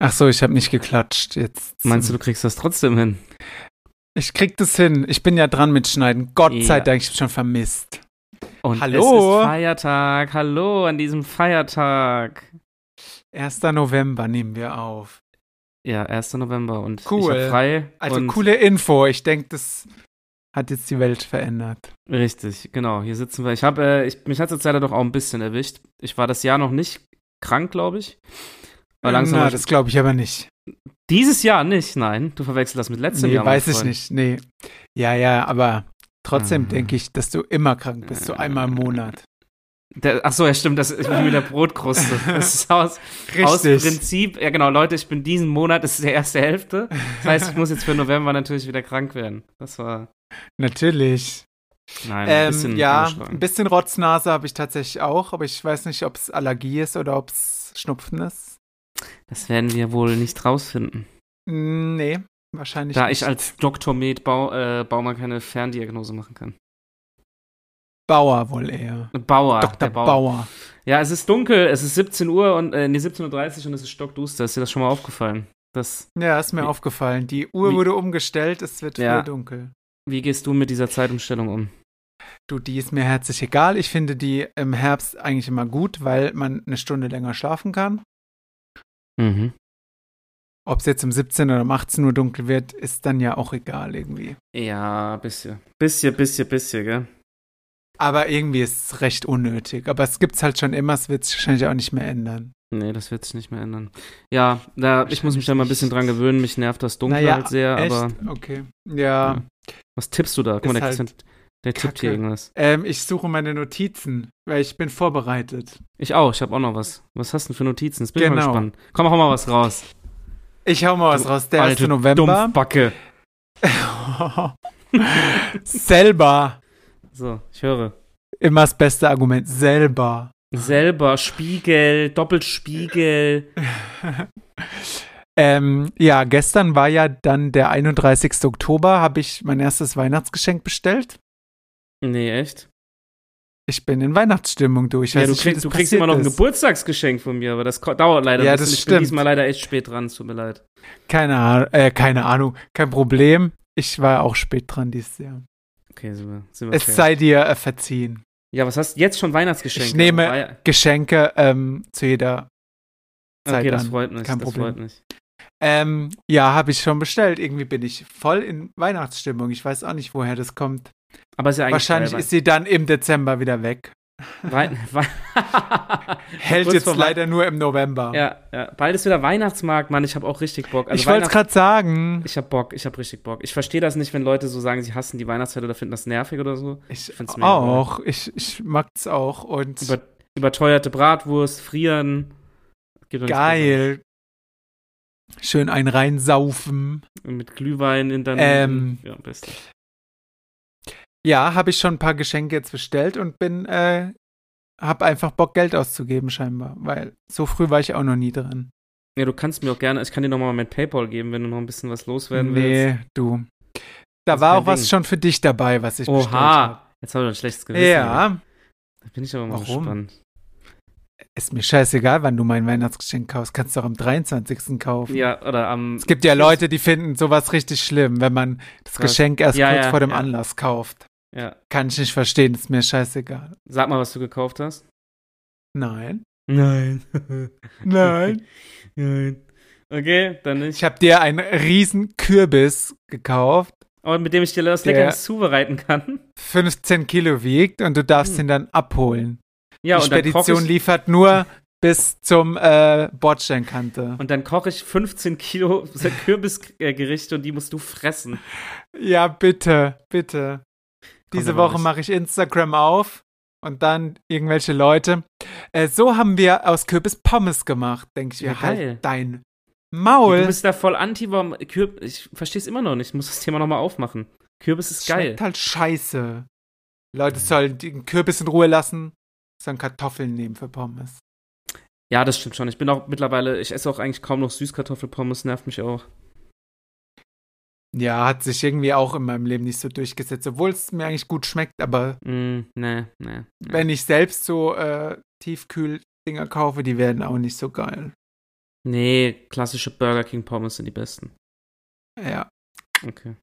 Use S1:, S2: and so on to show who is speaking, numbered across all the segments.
S1: Ach so, ich habe nicht geklatscht. Jetzt
S2: Meinst du, du kriegst das trotzdem hin?
S1: Ich krieg das hin. Ich bin ja dran mit Schneiden. Gott
S2: Ja.
S1: sei Dank, ich hab schon vermisst.
S2: Und
S1: Hallo?
S2: es ist Feiertag. Hallo an diesem Feiertag.
S1: 1. November nehmen wir auf.
S2: Ja, 1. November und
S1: Cool.
S2: ich hab frei.
S1: Also
S2: und
S1: coole Info. Ich denke, das hat jetzt die Welt verändert.
S2: Richtig, genau. Hier sitzen wir. Ich habe, äh, ich, mich hat es jetzt leider doch auch ein bisschen erwischt. Ich war das Jahr noch nicht krank, glaube ich. Aber langsam.
S1: Äh, Na, das glaube ich aber nicht.
S2: dieses Jahr nicht, nein. Du verwechselst das mit letztem
S1: Nee,
S2: Jahr. mein
S1: weiß ich
S2: Freund.
S1: nicht. Nee. Ja, ja, aber trotzdem
S2: Ah.
S1: denke ich, dass du immer krank bist, so einmal im Monat.
S2: Der, ach so, ja, stimmt, das ist wie mit der Brotkruste. Das ist aus, aus Prinzip. Ja, genau, Leute, ich bin diesen Monat, das ist die erste Hälfte. Das heißt, ich muss jetzt für November natürlich wieder krank werden. Das war,
S1: Natürlich.
S2: nein, ein
S1: Ähm,
S2: bisschen
S1: ja, ein
S2: angeschlagen.
S1: bisschen Rotznase habe ich tatsächlich auch, aber ich weiß nicht, ob es Allergie ist oder ob es Schnupfen ist.
S2: Das werden wir wohl nicht rausfinden.
S1: Mm, Nee, wahrscheinlich
S2: da
S1: nicht.
S2: ich als Dr. Med Bau, äh, Baumer keine Ferndiagnose machen kann.
S1: Bauer wohl eher.
S2: Bauer,
S1: Dr.
S2: Ah, der Bauer.
S1: Bauer.
S2: Ja, es ist dunkel, es ist 17 Uhr und, äh, nee, 17.30 Uhr und es ist stockduster. Ist dir das schon mal aufgefallen? Das,
S1: Ja, ist mir
S2: Wie-
S1: aufgefallen. Die Uhr
S2: wie-
S1: wurde umgestellt, es wird
S2: Ja.
S1: früh dunkel.
S2: wie gehst du mit dieser Zeitumstellung um?
S1: Du, die ist mir herzlich egal. Ich finde die im Herbst eigentlich immer gut, weil man eine Stunde länger schlafen kann.
S2: Mhm.
S1: Ob es jetzt um 17 oder um 18 Uhr dunkel wird, ist dann ja auch egal irgendwie.
S2: Ja, bisschen. Bisschen, bisschen, bisschen, gell?
S1: Aber irgendwie ist es recht unnötig. Aber es gibt es halt schon immer, es wird sich wahrscheinlich auch nicht mehr ändern.
S2: Nee, das wird sich nicht mehr ändern. Ja, da, ich muss mich da mal ein bisschen dran gewöhnen. Mich nervt das Dunkel
S1: Naja,
S2: halt sehr,
S1: Echt?
S2: aber
S1: okay. Ja.
S2: Ja. was tippst du da? Guck mal,
S1: Ist
S2: der,
S1: halt
S2: Christian, der tippt
S1: Kacke.
S2: hier irgendwas.
S1: Ähm, ich suche meine Notizen, weil ich bin vorbereitet.
S2: Ich auch, ich habe auch noch was. Was hast du denn für Notizen? Jetzt bin ich mal
S1: Genau.
S2: gespannt. Komm, hau mal was raus.
S1: Ich hau mal was
S2: Du
S1: raus. Der
S2: alte
S1: 1. November.
S2: Dumpfbacke.
S1: selber.
S2: So, ich höre.
S1: Immer das beste Argument. Selber.
S2: Selber, Spiegel, Doppelspiegel.
S1: Ähm, ja, gestern war ja dann der 31. Oktober, habe ich mein erstes Weihnachtsgeschenk bestellt.
S2: Nee, echt?
S1: Ich bin in Weihnachtsstimmung durch. Ich
S2: Ja,
S1: weiß
S2: du,
S1: nicht, wie
S2: krieg,
S1: das
S2: du kriegst
S1: passiert
S2: immer noch ein
S1: ist.
S2: Geburtstagsgeschenk von mir, aber das ko- dauert leider
S1: Ja,
S2: ein bisschen.
S1: das
S2: ich bin
S1: stimmt.
S2: diesmal leider echt spät dran, es tut mir leid.
S1: Keine, Ah- äh, keine Ahnung, kein Problem. Ich war auch spät dran dieses Jahr.
S2: Okay, sind wir, sind wir
S1: Es
S2: fair.
S1: sei dir äh, verziehen.
S2: Ja, was hast du jetzt schon Weihnachtsgeschenke?
S1: Ich nehme-
S2: Wei-
S1: Geschenke ähm, zu jeder Zeit
S2: Okay, das
S1: an.
S2: freut mich.
S1: Kein
S2: das
S1: Problem.
S2: freut mich.
S1: Ähm, ja, habe ich schon bestellt. Irgendwie bin ich voll in Weihnachtsstimmung. Ich weiß auch nicht, woher das kommt.
S2: Aber ist ja eigentlich
S1: Wahrscheinlich
S2: geil,
S1: ist sie dann im Dezember wieder weg.
S2: weil- Wei- Wei-
S1: Hält
S2: Kurz
S1: jetzt
S2: vor Wei-
S1: leider nur im November.
S2: Ja, ja, bald ist wieder Weihnachtsmarkt, Mann. Ich habe auch richtig Bock. Also
S1: ich wollte es
S2: Weihnachts-
S1: gerade sagen.
S2: Ich hab Bock, ich hab richtig Bock. Ich verstehe das nicht, wenn Leute so sagen, sie hassen die Weihnachtszeit oder finden das nervig oder so.
S1: Ich
S2: find's mega
S1: auch. Ich, ich mag es auch. Und
S2: Über, überteuerte Bratwurst, frieren. Geht doch nichts
S1: geil. Schön ein reinsaufen.
S2: Besseres. Mit Glühwein in deinem.
S1: Ähm.
S2: ja, am besten.
S1: Ja, habe ich schon ein paar Geschenke jetzt bestellt und bin, äh, hab einfach Bock, Geld auszugeben, scheinbar. Weil so früh war ich auch noch nie drin.
S2: Ja, du kannst mir auch gerne, ich kann dir nochmal mein Paypal geben, wenn du noch ein bisschen was loswerden willst.
S1: Nee, du. Da
S2: Das ist
S1: war
S2: kein
S1: auch was
S2: Ding.
S1: schon für dich dabei, was ich bestellt habe.
S2: Oha, jetzt habe ich ein schlechtes Gewissen. Alter.
S1: Ja,
S2: Da bin ich aber mal
S1: Warum?
S2: gespannt.
S1: ist mir scheißegal, wann du mein Weihnachtsgeschenk kaufst. Kannst du auch am 23. kaufen.
S2: Ja, oder am
S1: Es gibt ja Leute, die finden sowas richtig schlimm, wenn man das
S2: Krass.
S1: Geschenk erst
S2: Ja,
S1: kurz
S2: ja,
S1: vor dem
S2: ja.
S1: Anlass kauft.
S2: Ja,
S1: Kann ich nicht verstehen, ist mir scheißegal.
S2: sag mal, was du gekauft hast.
S1: Nein.
S2: Nein.
S1: Nein.
S2: Nein. Okay, dann nicht.
S1: Ich habe dir einen riesen Kürbis gekauft,
S2: Aber mit dem ich dir das
S1: Der-
S2: Leckeres zubereiten kann.
S1: 15 Kilo wiegt und du darfst
S2: Hm.
S1: ihn dann abholen.
S2: Ja,
S1: Die
S2: und dann koche
S1: Spedition
S2: ich,
S1: liefert nur bis zum äh, Bordsteinkante.
S2: und dann koch ich 15 Kilo Kürbisgerichte und die musst du fressen.
S1: Ja, bitte, bitte. Diese
S2: da war
S1: Woche
S2: was.
S1: mache ich Instagram auf und dann irgendwelche Leute. Äh, so haben wir aus Kürbis Pommes gemacht, denke ich
S2: Ja,
S1: mir.
S2: geil.
S1: Halt dein
S2: Du
S1: Maul.
S2: bist da voll anti, warum Kürbis. Ich verstehe es immer noch nicht. Ich muss das Thema nochmal aufmachen. Kürbis ist geil.
S1: Schmeckt halt scheiße. Leute sollen den Kürbis in Ruhe lassen, sollen Kartoffeln nehmen für Pommes.
S2: Ja, das stimmt schon. Ich bin auch mittlerweile, ich esse auch eigentlich kaum noch Süßkartoffelpommes, nervt mich auch.
S1: Ja, hat sich irgendwie auch in meinem Leben nicht so durchgesetzt, obwohl es mir eigentlich gut schmeckt, aber
S2: Mm, nee, nee. nee.
S1: wenn ich selbst so äh, Tiefkühl-Dinger kaufe, die werden auch nicht so geil.
S2: Nee, klassische Burger King Pommes sind die besten.
S1: Ja.
S2: Okay.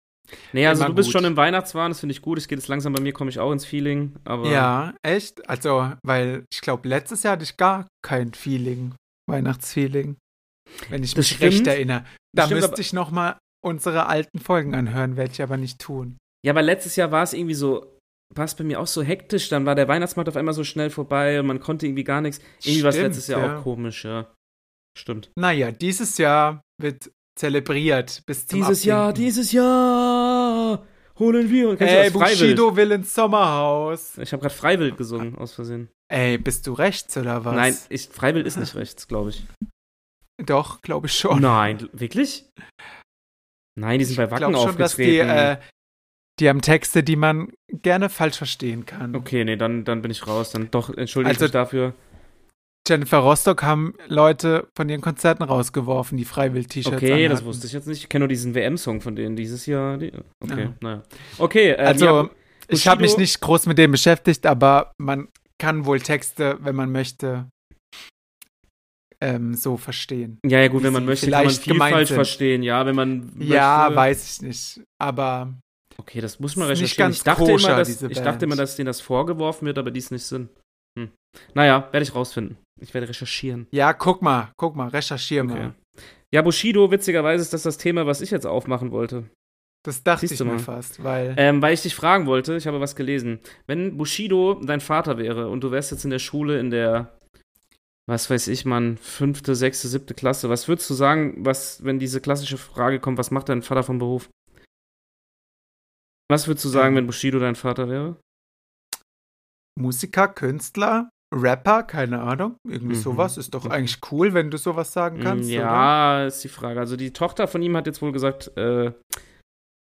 S2: Nee, also
S1: Immer
S2: du bist
S1: gut.
S2: schon im Weihnachtswahn, das finde ich gut. Es geht jetzt langsam bei mir, komme ich auch ins Feeling. Aber
S1: Ja, echt? Also, weil ich glaube, letztes Jahr hatte ich gar kein Feeling, Weihnachtsfeeling. Wenn ich
S2: Das
S1: mich
S2: stimmt.
S1: recht erinnere. Da
S2: Das stimmt,
S1: müsste
S2: aber-
S1: ich nochmal unsere alten Folgen anhören, werde ich aber nicht tun.
S2: Ja, aber letztes Jahr war es irgendwie so, war es bei mir auch so hektisch. Dann war der Weihnachtsmarkt auf einmal so schnell vorbei und man konnte irgendwie gar nichts. Irgendwie war es
S1: Stimmt,
S2: letztes Jahr
S1: ja.
S2: auch komisch, ja. Stimmt.
S1: Naja, dieses Jahr wird zelebriert bis zum
S2: Dieses Jahr,
S1: Abwinken.
S2: dieses Jahr holen wir. Kennst du
S1: Ey,
S2: das? Freiwild?
S1: Bushido will ins Sommerhaus.
S2: Ich habe gerade Freiwild gesungen, aus Versehen.
S1: Ey, bist du rechts oder was?
S2: Nein, ich, Freiwild ist nicht rechts, glaube ich.
S1: Doch, glaube ich schon.
S2: Nein, gl- wirklich? Nein, die sind bei
S1: Ich
S2: Wacken
S1: glaube schon, dass die,
S2: aufgetreten.
S1: äh, die haben Texte, die man gerne falsch verstehen kann.
S2: okay, nee, dann, dann bin ich raus. Dann doch, entschuldige
S1: Also-
S2: mich dafür.
S1: Jennifer Rostock haben Leute von ihren Konzerten rausgeworfen, die Freiwill-T-Shirts
S2: Okay, das wusste ich jetzt nicht. Ich kenne nur diesen WM-Song von denen dieses Jahr. Die, okay,
S1: Ja.
S2: naja. Okay, ähm,
S1: Also,
S2: ja,
S1: ich habe mich
S2: Bushido-
S1: nicht groß mit dem beschäftigt, aber man kann wohl Texte, wenn man möchte, ähm, so verstehen.
S2: ja, ja, gut, wenn man
S1: sie
S2: möchte, kann man
S1: vielleicht
S2: viel
S1: gemeint
S2: falsch
S1: sind.
S2: verstehen. Ja, wenn man möchte.
S1: Ja, weiß ich nicht. Aber
S2: Okay, das muss man
S1: Ist nicht
S2: recherchieren.
S1: ganz
S2: ich, dachte
S1: koscher,
S2: immer, dass,
S1: diese
S2: ich
S1: Band.
S2: dachte immer, dass denen das vorgeworfen wird, aber die es nicht sind. Hm. Naja, werde ich rausfinden. Ich werde recherchieren.
S1: ja, guck mal, guck mal, recherchier
S2: Okay.
S1: mal.
S2: Ja, Bushido, witzigerweise ist das das Thema, was ich jetzt aufmachen wollte.
S1: Das dachte
S2: Siehst
S1: ich
S2: du
S1: mir
S2: mal.
S1: fast, weil
S2: Ähm, weil ich dich fragen wollte, ich habe was gelesen. Wenn Bushido dein Vater wäre und du wärst jetzt in der Schule in der, was weiß ich, Mann, fünfte, sechste, siebte Klasse, was würdest du sagen, was, wenn diese klassische Frage kommt, was macht dein Vater vom Beruf? Was würdest du sagen,
S1: Ähm.
S2: wenn Bushido dein Vater wäre?
S1: Musiker, Künstler, Rapper, keine Ahnung, irgendwie
S2: Mhm.
S1: sowas ist doch
S2: Mhm.
S1: eigentlich cool, wenn du sowas sagen kannst.
S2: Mm,
S1: Oder?
S2: ja, ist die Frage. Also die Tochter von ihm hat jetzt wohl gesagt, äh,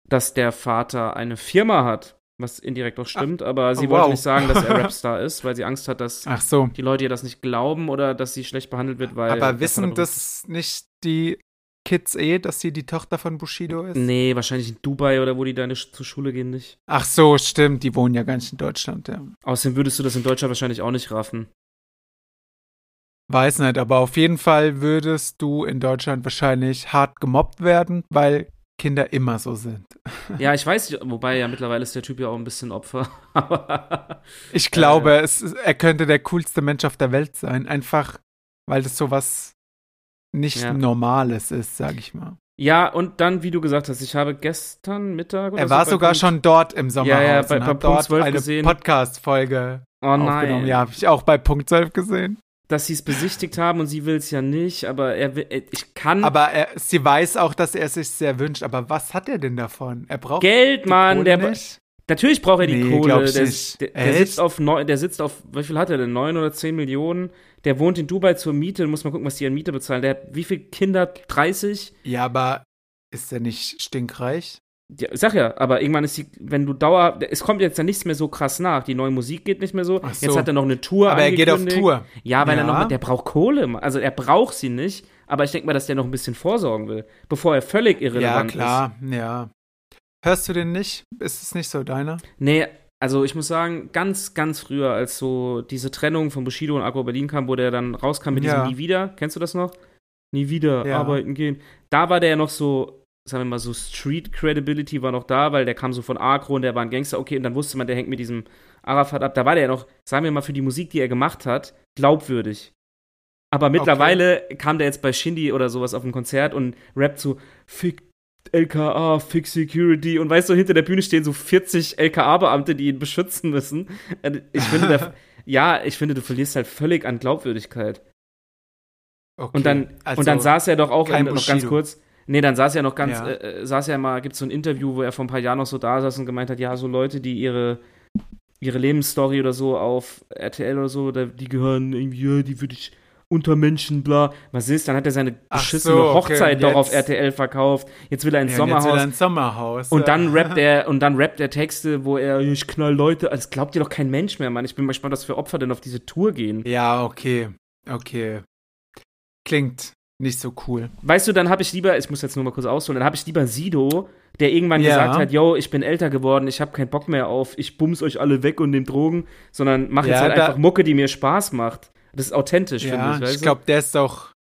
S2: dass der Vater eine Firma hat, was indirekt auch stimmt, aber sie
S1: oh,
S2: wollte
S1: wow. Ah,
S2: nicht sagen, dass er Rapstar ist, weil sie Angst hat, dass
S1: Ach so.
S2: die Leute ihr das nicht glauben oder dass sie schlecht behandelt wird, weil.
S1: Aber wissen
S2: das?
S1: das nicht die Kids eh, dass sie die Tochter von Bushido ist?
S2: Nee, wahrscheinlich in Dubai oder wo die deine zur Schule gehen nicht.
S1: Ach so, stimmt, die wohnen ja gar nicht in Deutschland, ja.
S2: Außerdem würdest du das in Deutschland wahrscheinlich auch nicht raffen.
S1: Weiß nicht, aber auf jeden Fall würdest du in Deutschland wahrscheinlich hart gemobbt werden, weil Kinder immer so sind.
S2: Ja, ich weiß nicht, wobei ja mittlerweile ist der Typ ja auch ein bisschen Opfer. Aber
S1: Ich glaube, es, ist- er könnte der coolste Mensch auf der Welt sein, einfach weil das sowas nicht
S2: Ja.
S1: Normales ist, sag ich mal.
S2: ja, und dann, wie du gesagt hast, ich habe gestern Mittag oder
S1: Er war
S2: bei
S1: sogar
S2: Punkt-
S1: schon dort im Sommerhaus
S2: Ja, ja, bei-
S1: und
S2: bei
S1: hat
S2: Punkt
S1: dort
S2: 12
S1: eine
S2: gesehen.
S1: Podcast-Folge
S2: Oh nein.
S1: aufgenommen. Ja, habe ich auch bei Punkt 12 gesehen.
S2: Dass sie es besichtigt haben und sie will es ja nicht, aber er will, äh, ich kann
S1: Aber er, sie weiß auch, dass er es sich sehr wünscht. Aber was hat er denn davon? Er braucht
S2: Geld,
S1: die
S2: Mann.
S1: Kohle
S2: Der,
S1: nicht.
S2: Natürlich braucht er die
S1: Nee, glaub
S2: Kohle.
S1: ich
S2: Der,
S1: nicht.
S2: der, der sitzt
S1: Echt?
S2: auf neun, der sitzt auf, wie viel hat er denn? Neun oder zehn Millionen? Der wohnt in Dubai zur Miete, muss man gucken, was die an Miete bezahlen. Der hat wie viele Kinder? 30?
S1: Ja, aber ist er nicht stinkreich?
S2: Ja, ich sag ja, aber irgendwann ist die, wenn du Dauer, es kommt jetzt ja nichts mehr so krass nach. Die neue Musik geht nicht mehr so.
S1: Ach so.
S2: Jetzt hat er noch eine Tour.
S1: aber er geht auf
S2: angekündigt.
S1: Tour.
S2: Ja, weil er
S1: Ja.
S2: noch, der braucht Kohle. Mann. Also er braucht sie nicht, aber ich denke mal, dass der noch ein bisschen vorsorgen will, bevor er völlig
S1: Ja,
S2: irrelevant ist.
S1: klar, ja. Hörst du den nicht? Ist es nicht so deiner?
S2: Nee, also ich muss sagen, ganz, ganz früher, als so diese Trennung von Bushido und Agro Berlin kam, wo der dann rauskam mit
S1: Ja.
S2: diesem Nie wieder, kennst du das noch? Nie wieder
S1: Ja.
S2: arbeiten gehen. Da war der ja noch so, sagen wir mal, so Street Credibility war noch da, weil der kam so von Agro und der war ein Gangster, okay, und dann wusste man, der hängt mit diesem Arafat ab. Da war der ja noch, sagen wir mal, für die Musik, die er gemacht hat, glaubwürdig. Aber mittlerweile kam der jetzt bei Shindy oder sowas auf ein Konzert und rappt so, fick LKA, Fick Security und weißt du, hinter der Bühne stehen so 40 LKA-Beamte, die ihn beschützen müssen. Äh, Ich finde, der, ja, ich finde, du verlierst halt völlig an Glaubwürdigkeit.
S1: Okay.
S2: Und dann,
S1: also,
S2: und dann saß er doch auch
S1: kein
S2: in, noch ganz
S1: Bushido.
S2: kurz. Nee, dann saß er noch ganz,
S1: Ja.
S2: äh, äh, saß er mal, gibt so ein Interview, wo er vor ein paar Jahren noch so da saß und gemeint hat, ja, so Leute, die ihre, ihre Lebensstory oder so auf RTL oder so, da, die gehören irgendwie, ja, die würde ich unter Menschen, bla. Was ist? Dann hat er seine
S1: Ach
S2: beschissene
S1: so, okay,
S2: Hochzeit
S1: und
S2: doch auf
S1: jetzt-
S2: RTL verkauft. Jetzt will er ins
S1: ja, Sommerhaus. Jetzt
S2: Sommerhaus.
S1: wieder ein Sommerhaus.
S2: Und dann rappt er und dann rappt er Texte, wo er ich knall Leute. Das glaubt dir doch kein Mensch mehr, Mann. Ich bin mal gespannt, was für Opfer denn auf diese Tour gehen.
S1: Ja, okay. Okay. Klingt nicht so cool.
S2: Weißt du, dann habe ich lieber, ich muss jetzt nur mal kurz ausholen, dann habe ich lieber Sido, der irgendwann
S1: Ja.
S2: gesagt hat, yo, ich bin älter geworden, ich habe keinen Bock mehr auf, ich bums euch alle weg und nehm Drogen, sondern mach jetzt
S1: Ja,
S2: halt
S1: da-
S2: einfach Mucke, die mir Spaß macht. Das ist authentisch,
S1: ja,
S2: finde ich.
S1: ich
S2: Weißt
S1: glaube, der ist doch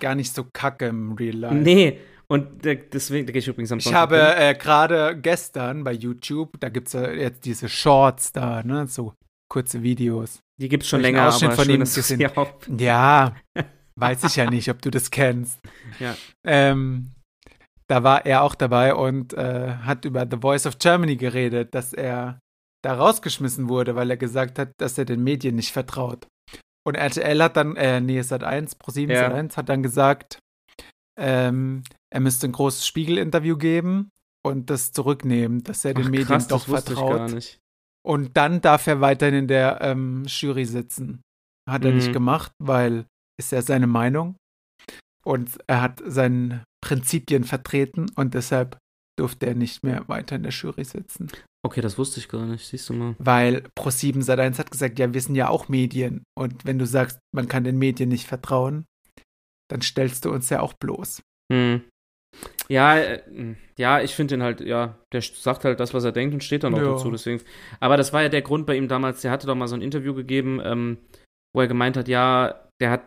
S1: gar nicht so kacke im Real Life.
S2: Nee, und äh, deswegen, da gehe ich übrigens am
S1: Ich
S2: Sonntag
S1: habe
S2: hin.
S1: äh, gerade gestern bei YouTube, da gibt es ja jetzt diese Shorts da, ne? So kurze Videos.
S2: Die gibt's
S1: hab
S2: schon
S1: ich einen
S2: länger, aber
S1: Ausschnitt von
S2: schön,
S1: ihm
S2: dass du sie
S1: gesehen.
S2: auch
S1: Ja, weiß ich ja nicht, ob du das kennst.
S2: Ja.
S1: Ähm, da war er auch dabei und äh, hat über The Voice of Germany geredet, dass er da rausgeschmissen wurde, weil er gesagt hat, dass er den Medien nicht vertraut. Und RTL hat dann, äh, nee, Sat1, Pro7,
S2: Ja.
S1: Sat1 hat dann gesagt, ähm, er müsste ein großes Spiegel-Interview geben und das zurücknehmen, dass er den
S2: Ach,
S1: Medien
S2: krass,
S1: doch
S2: das wusste Ich gar
S1: vertraut.
S2: nicht.
S1: Und dann darf er weiterhin in der ähm, Jury sitzen. Hat er
S2: Mhm.
S1: nicht gemacht, weil ist ja seine Meinung. Und er hat seine Prinzipien vertreten und deshalb durfte er nicht mehr weiter in der Jury sitzen.
S2: Okay, das wusste ich gar nicht, siehst du mal.
S1: Weil Pro7 Sat1 hat gesagt, ja, wir sind ja auch Medien. Und wenn du sagst, man kann den Medien nicht vertrauen, dann stellst du uns ja auch bloß.
S2: Hm. Ja, äh, mh. ja, ich finde ihn halt, ja, der sch- sagt halt das, was er denkt und steht dann auch
S1: Ja.
S2: dazu, deswegen. Aber das war ja der Grund bei ihm damals, der hatte doch mal so ein Interview gegeben, ähm, wo er gemeint hat, ja, der hat,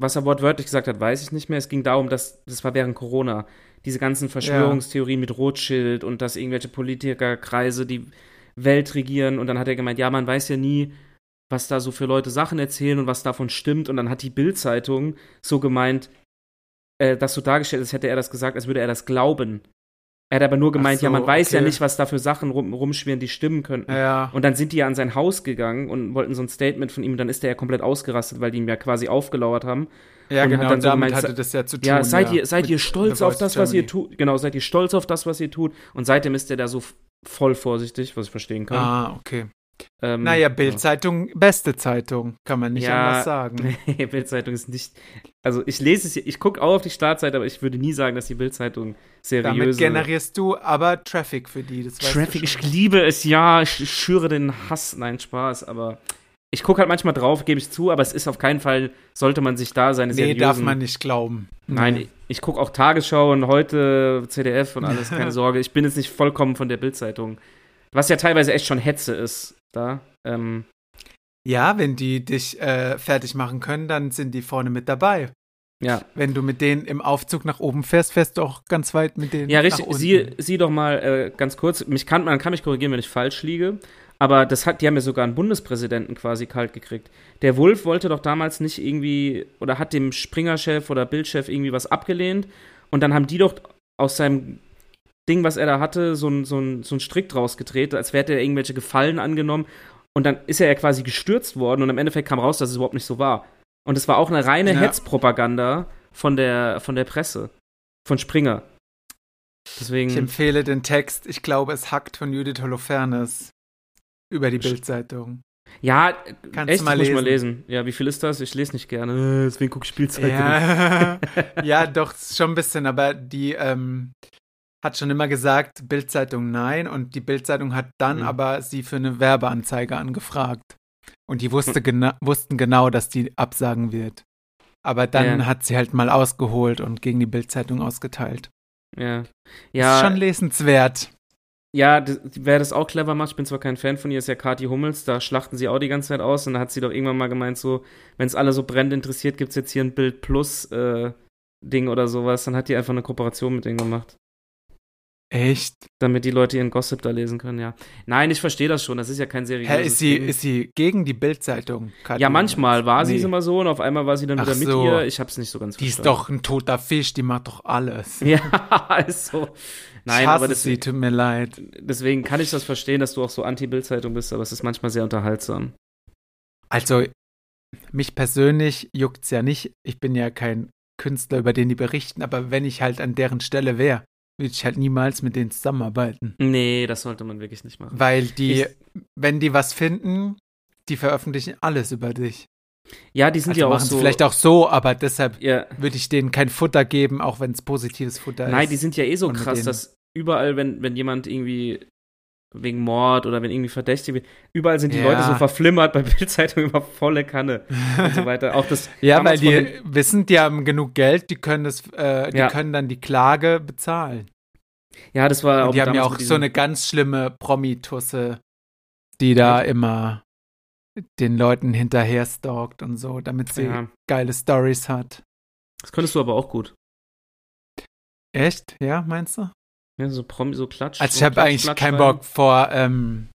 S2: was er wortwörtlich gesagt hat, weiß ich nicht mehr. Es ging darum, dass, das war während Corona, diese ganzen Verschwörungstheorien mit Rothschild und dass irgendwelche Politikerkreise die Welt regieren und dann hat er gemeint, ja, man weiß ja nie, was da so für Leute Sachen erzählen und was davon stimmt und dann hat die Bild-Zeitung so gemeint, äh, dass so dargestellt ist, hätte er das gesagt, als würde er das glauben. Er hat aber nur gemeint,
S1: so,
S2: ja, man weiß ja
S1: okay.
S2: nicht, was da für Sachen rum, rumschwirren, die stimmen könnten.
S1: Ja.
S2: Und dann sind die ja an sein Haus gegangen und wollten so ein Statement von ihm. Dann ist der ja komplett ausgerastet, weil die ihm ja quasi aufgelauert haben.
S1: ja,
S2: und hat
S1: genau,
S2: dann so
S1: damit
S2: gemeint,
S1: hatte das ja zu tun.
S2: ja, seid ihr, seid
S1: Mit
S2: ihr
S1: The
S2: stolz auf
S1: Voice
S2: das, was ihr
S1: Germany.
S2: tut? Genau, seid ihr stolz auf das, was ihr tut? Und seitdem ist der da so f- voll vorsichtig, was ich verstehen kann.
S1: Ah, okay.
S2: Ähm,
S1: Naja, Bild-Zeitung, beste Zeitung, kann man nicht
S2: Ja.
S1: anders sagen.
S2: Nee, Bild-Zeitung ist nicht. Also ich lese es, hier- ich gucke auch auf die Startseite, aber ich würde nie sagen, dass die Bild-Zeitung
S1: Damit
S2: seriös ist.
S1: generierst du aber Traffic für die. Das
S2: Traffic,
S1: weißt
S2: ich
S1: du schon.
S2: liebe es, ja, ich ich schüre den Hass. Nein, Spaß, aber ich gucke halt manchmal drauf, gebe ich zu, aber es ist auf keinen Fall, sollte man sich da seine
S1: Nee,
S2: seriösen-
S1: darf man nicht glauben.
S2: Nein,
S1: Nee.
S2: ich, ich gucke auch Tagesschau und heute CDF und alles, keine Sorge. Ich bin jetzt nicht vollkommen von der Bild-Zeitung. Was ja teilweise echt schon Hetze ist, da. Ähm,
S1: Ja, wenn die dich äh, fertig machen können, dann sind die vorne mit dabei.
S2: ja.
S1: Wenn du mit denen im Aufzug nach oben fährst, fährst du auch ganz weit mit denen.
S2: Ja, richtig.
S1: Nach unten.
S2: Sie, sie doch mal äh, ganz kurz. Mich kann, man kann mich korrigieren, wenn ich falsch liege. Aber das hat, die haben ja sogar einen Bundespräsidenten quasi kalt gekriegt. Der Wolf wollte doch damals nicht irgendwie oder hat dem Springer-Chef oder Bildchef irgendwie was abgelehnt. Und dann haben die doch aus seinem Ding, was er da hatte, so einen so ein, so ein Strick draus gedreht, als hätte er irgendwelche Gefallen angenommen. Und dann ist er ja quasi gestürzt worden und im Endeffekt kam raus, dass es überhaupt nicht so war. Und es war auch eine reine
S1: Ja.
S2: Hetzpropaganda von der, von der Presse, von Springer.
S1: ich
S2: Deswegen,
S1: empfehle den Text, ich glaube, es hackt von Judith Holofernes über die
S2: Sch-
S1: Bild-Zeitung.
S2: ja,
S1: Kannst
S2: echt,
S1: du mal
S2: das muss ich
S1: lesen.
S2: mal lesen. Ja, wie viel ist das? Ich lese nicht gerne. Äh, Deswegen gucke ich Spielzeit.
S1: Ja. ja, doch, schon ein bisschen, aber die ähm, hat schon immer gesagt, Bildzeitung nein und die Bildzeitung hat dann
S2: Mhm.
S1: aber sie für eine Werbeanzeige angefragt. Und die
S2: Hm.
S1: wusste gena wussten genau, dass die absagen wird. Aber dann
S2: Ja.
S1: hat sie halt mal ausgeholt und gegen die Bildzeitung ausgeteilt.
S2: Ja,
S1: Ist
S2: ja,
S1: schon lesenswert.
S2: ja das, wer das auch clever macht, ich bin zwar kein Fan von ihr, ist ja Kathi Hummels, da schlachten sie auch die ganze Zeit aus und da hat sie doch irgendwann mal gemeint, so, wenn es alle so brennend interessiert, gibt es jetzt hier ein Bild Plus äh, Ding oder sowas, dann hat die einfach eine Kooperation mit denen gemacht.
S1: Echt?
S2: Damit die Leute ihren Gossip da lesen können, ja. Nein, ich verstehe das schon, das ist ja kein seriöses
S1: Hä, ist sie,
S2: Ding.
S1: ist sie gegen die Bildzeitung? Katja?
S2: ja, manchmal war sie
S1: Nee.
S2: immer so und auf einmal war sie dann
S1: Ach
S2: wieder mit
S1: so.
S2: ihr. Ich hab's nicht so ganz
S1: Die ist
S2: verstanden.
S1: doch ein toter Fisch, die macht doch alles.
S2: Ja, ist so. Nein,
S1: ich hasse
S2: aber
S1: sie,
S2: deswegen,
S1: tut mir leid.
S2: deswegen kann ich das verstehen, dass du auch so Anti-Bild-Zeitung bist, aber es ist manchmal sehr unterhaltsam.
S1: Also, mich persönlich juckt es ja nicht. Ich bin ja kein Künstler, über den die berichten, aber wenn ich halt an deren Stelle wäre, würde ich halt niemals mit denen zusammenarbeiten.
S2: Nee, das sollte man wirklich nicht machen.
S1: Weil die,
S2: Ich-
S1: wenn die was finden, die veröffentlichen alles über dich.
S2: Ja, die sind
S1: Also
S2: ja auch
S1: machen
S2: so.
S1: es vielleicht auch so, aber deshalb
S2: ja,
S1: würde ich denen kein Futter geben, auch wenn es positives Futter ist.
S2: Nein, die sind ja eh so
S1: Und mit
S2: krass,
S1: denen-
S2: dass überall, wenn, wenn jemand irgendwie wegen Mord oder wenn irgendwie verdächtig wird, überall sind die
S1: Ja.
S2: Leute so verflimmert bei Bildzeitung über volle Kanne und so weiter. Auch das
S1: ja, weil
S2: damals von
S1: die wissen, die haben genug Geld, die können das, äh, die
S2: Ja.
S1: können dann die Klage bezahlen.
S2: dem- ja, das war
S1: Und die haben ja
S2: Äh, damals
S1: auch
S2: mit
S1: so
S2: diesem-
S1: eine ganz schlimme Promi-Tusse, die da immer den Leuten hinterher stalkt und so, damit sie
S2: ja.
S1: geile Stories hat.
S2: Das könntest du aber auch gut.
S1: Echt? Ja, meinst du?
S2: Ja, so Promi, so Klatsch.
S1: Also ich
S2: so
S1: habe
S2: Klatsch,
S1: eigentlich
S2: Klatsch
S1: keinen
S2: rein.
S1: Bock vor ähm,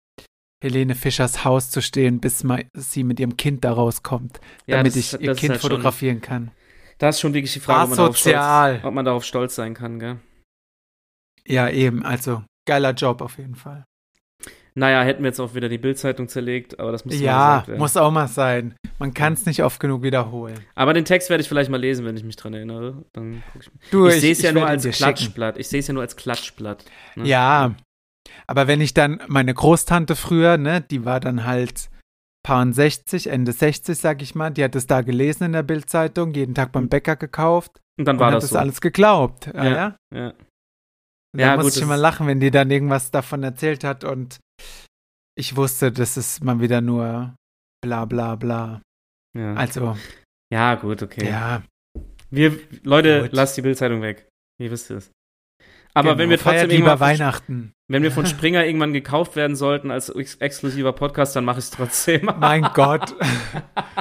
S1: Helene Fischers Haus zu stehen, bis ma- sie mit ihrem Kind da rauskommt,
S2: Ja,
S1: damit
S2: das ist-
S1: ich ihr
S2: das ist
S1: Kind
S2: halt schon-
S1: fotografieren kann.
S2: Da ist schon wirklich die Frage, ob man, darauf
S1: Asozial.
S2: stolz, ob man darauf stolz sein kann, gell?
S1: Ja, eben. Also geiler Job auf jeden Fall.
S2: Naja, hätten wir jetzt auch wieder die Bildzeitung zerlegt, aber das muss mal
S1: ja,
S2: gesagt werden.
S1: muss auch mal sein. Man kann es nicht oft genug wiederholen.
S2: Aber den Text werde ich vielleicht mal lesen, wenn ich mich dran erinnere. Dann guck ich mir-
S1: Du,
S2: ich sehe es ja nur
S1: werd ihn
S2: als
S1: dir schicken.
S2: Klatschblatt. Ich sehe es ja nur als Klatschblatt. ne?
S1: Ja, aber wenn ich dann meine Großtante früher, ne, die war dann halt paar und 60, Ende 60, sag ich mal, die hat es da gelesen in der Bildzeitung, jeden Tag beim Bäcker gekauft
S2: Und Hm. dann
S1: und
S2: war
S1: hat
S2: das
S1: das
S2: so.
S1: alles geglaubt. Ja,
S2: Ja.
S1: ja.
S2: Ja.
S1: Da
S2: Ja,
S1: muss
S2: gut,
S1: ich
S2: das
S1: immer
S2: ist-
S1: lachen, wenn die dann irgendwas davon erzählt hat und ich wusste, das ist mal wieder nur bla bla bla.
S2: Ja.
S1: Also,
S2: ja, gut, okay.
S1: ja.
S2: Wir, Leute,
S1: Gut.
S2: lasst die Bildzeitung weg. Ihr wisst es. Aber
S1: genau.
S2: wenn wir
S1: Feiert
S2: trotzdem
S1: lieber
S2: irgendwann von-
S1: Weihnachten.
S2: wenn wir von Springer irgendwann gekauft werden sollten als ex exklusiver Podcast, dann mache ich es trotzdem.
S1: Mein Gott,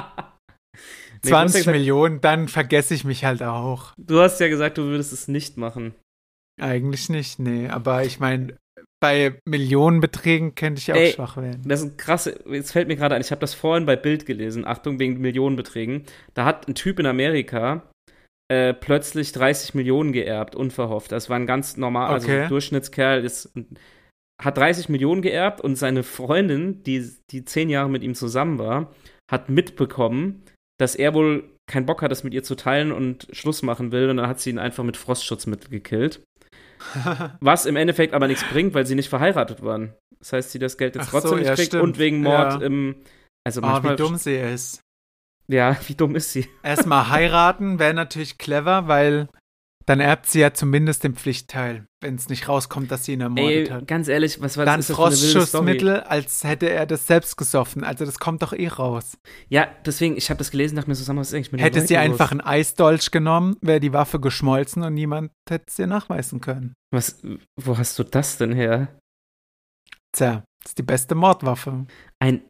S2: Nee, du hast ja
S1: 20
S2: gesagt-
S1: Millionen, dann vergesse ich mich halt auch.
S2: Du hast ja gesagt, du würdest es nicht machen.
S1: Eigentlich nicht, nee. Aber ich meine, bei Millionenbeträgen könnte ich auch
S2: Ey.
S1: schwach werden.
S2: Das ist ein krasse, jetzt fällt mir gerade ein, ich habe das vorhin bei Bild gelesen, Achtung, wegen Millionenbeträgen. Da hat ein Typ in Amerika äh, plötzlich 30 Millionen geerbt, unverhofft. Das war ein ganz normal, also
S1: Okay.
S2: ein Durchschnittskerl ist, hat 30 Millionen geerbt und seine Freundin, die, die zehn Jahre mit ihm zusammen war, hat mitbekommen, dass er wohl keinen Bock hat, das mit ihr zu teilen und Schluss machen will. Und dann hat sie ihn einfach mit Frostschutzmittel gekillt. Was im Endeffekt aber nichts bringt, weil sie nicht verheiratet waren. Das heißt, sie das Geld jetzt
S1: Ach
S2: trotzdem
S1: so,
S2: nicht
S1: ja,
S2: kriegt
S1: stimmt.
S2: und wegen Mord
S1: Ja.
S2: im. Also
S1: oh,
S2: manchmal.
S1: wie dumm sie ist.
S2: Ja, wie dumm ist sie?
S1: Erstmal heiraten wäre natürlich clever, weil dann erbt sie ja zumindest den Pflichtteil, wenn es nicht rauskommt, dass sie ihn ermordet
S2: Ey,
S1: hat.
S2: ganz ehrlich, was war
S1: Dann
S2: das ist das für eine wilde Story?
S1: Frostschussmittel, als hätte er das selbst gesoffen. Also das kommt doch eh raus.
S2: Ja, deswegen, ich habe das gelesen, dachte mir zusammen, was ist eigentlich mit den
S1: Hätte sie
S2: Leuten
S1: einfach einen
S2: los?
S1: Eisdolch genommen, wäre die Waffe geschmolzen und niemand hätte es ihr nachweisen können.
S2: Was, wo hast du das denn her?
S1: Tja, das ist die beste Mordwaffe.
S2: Ein.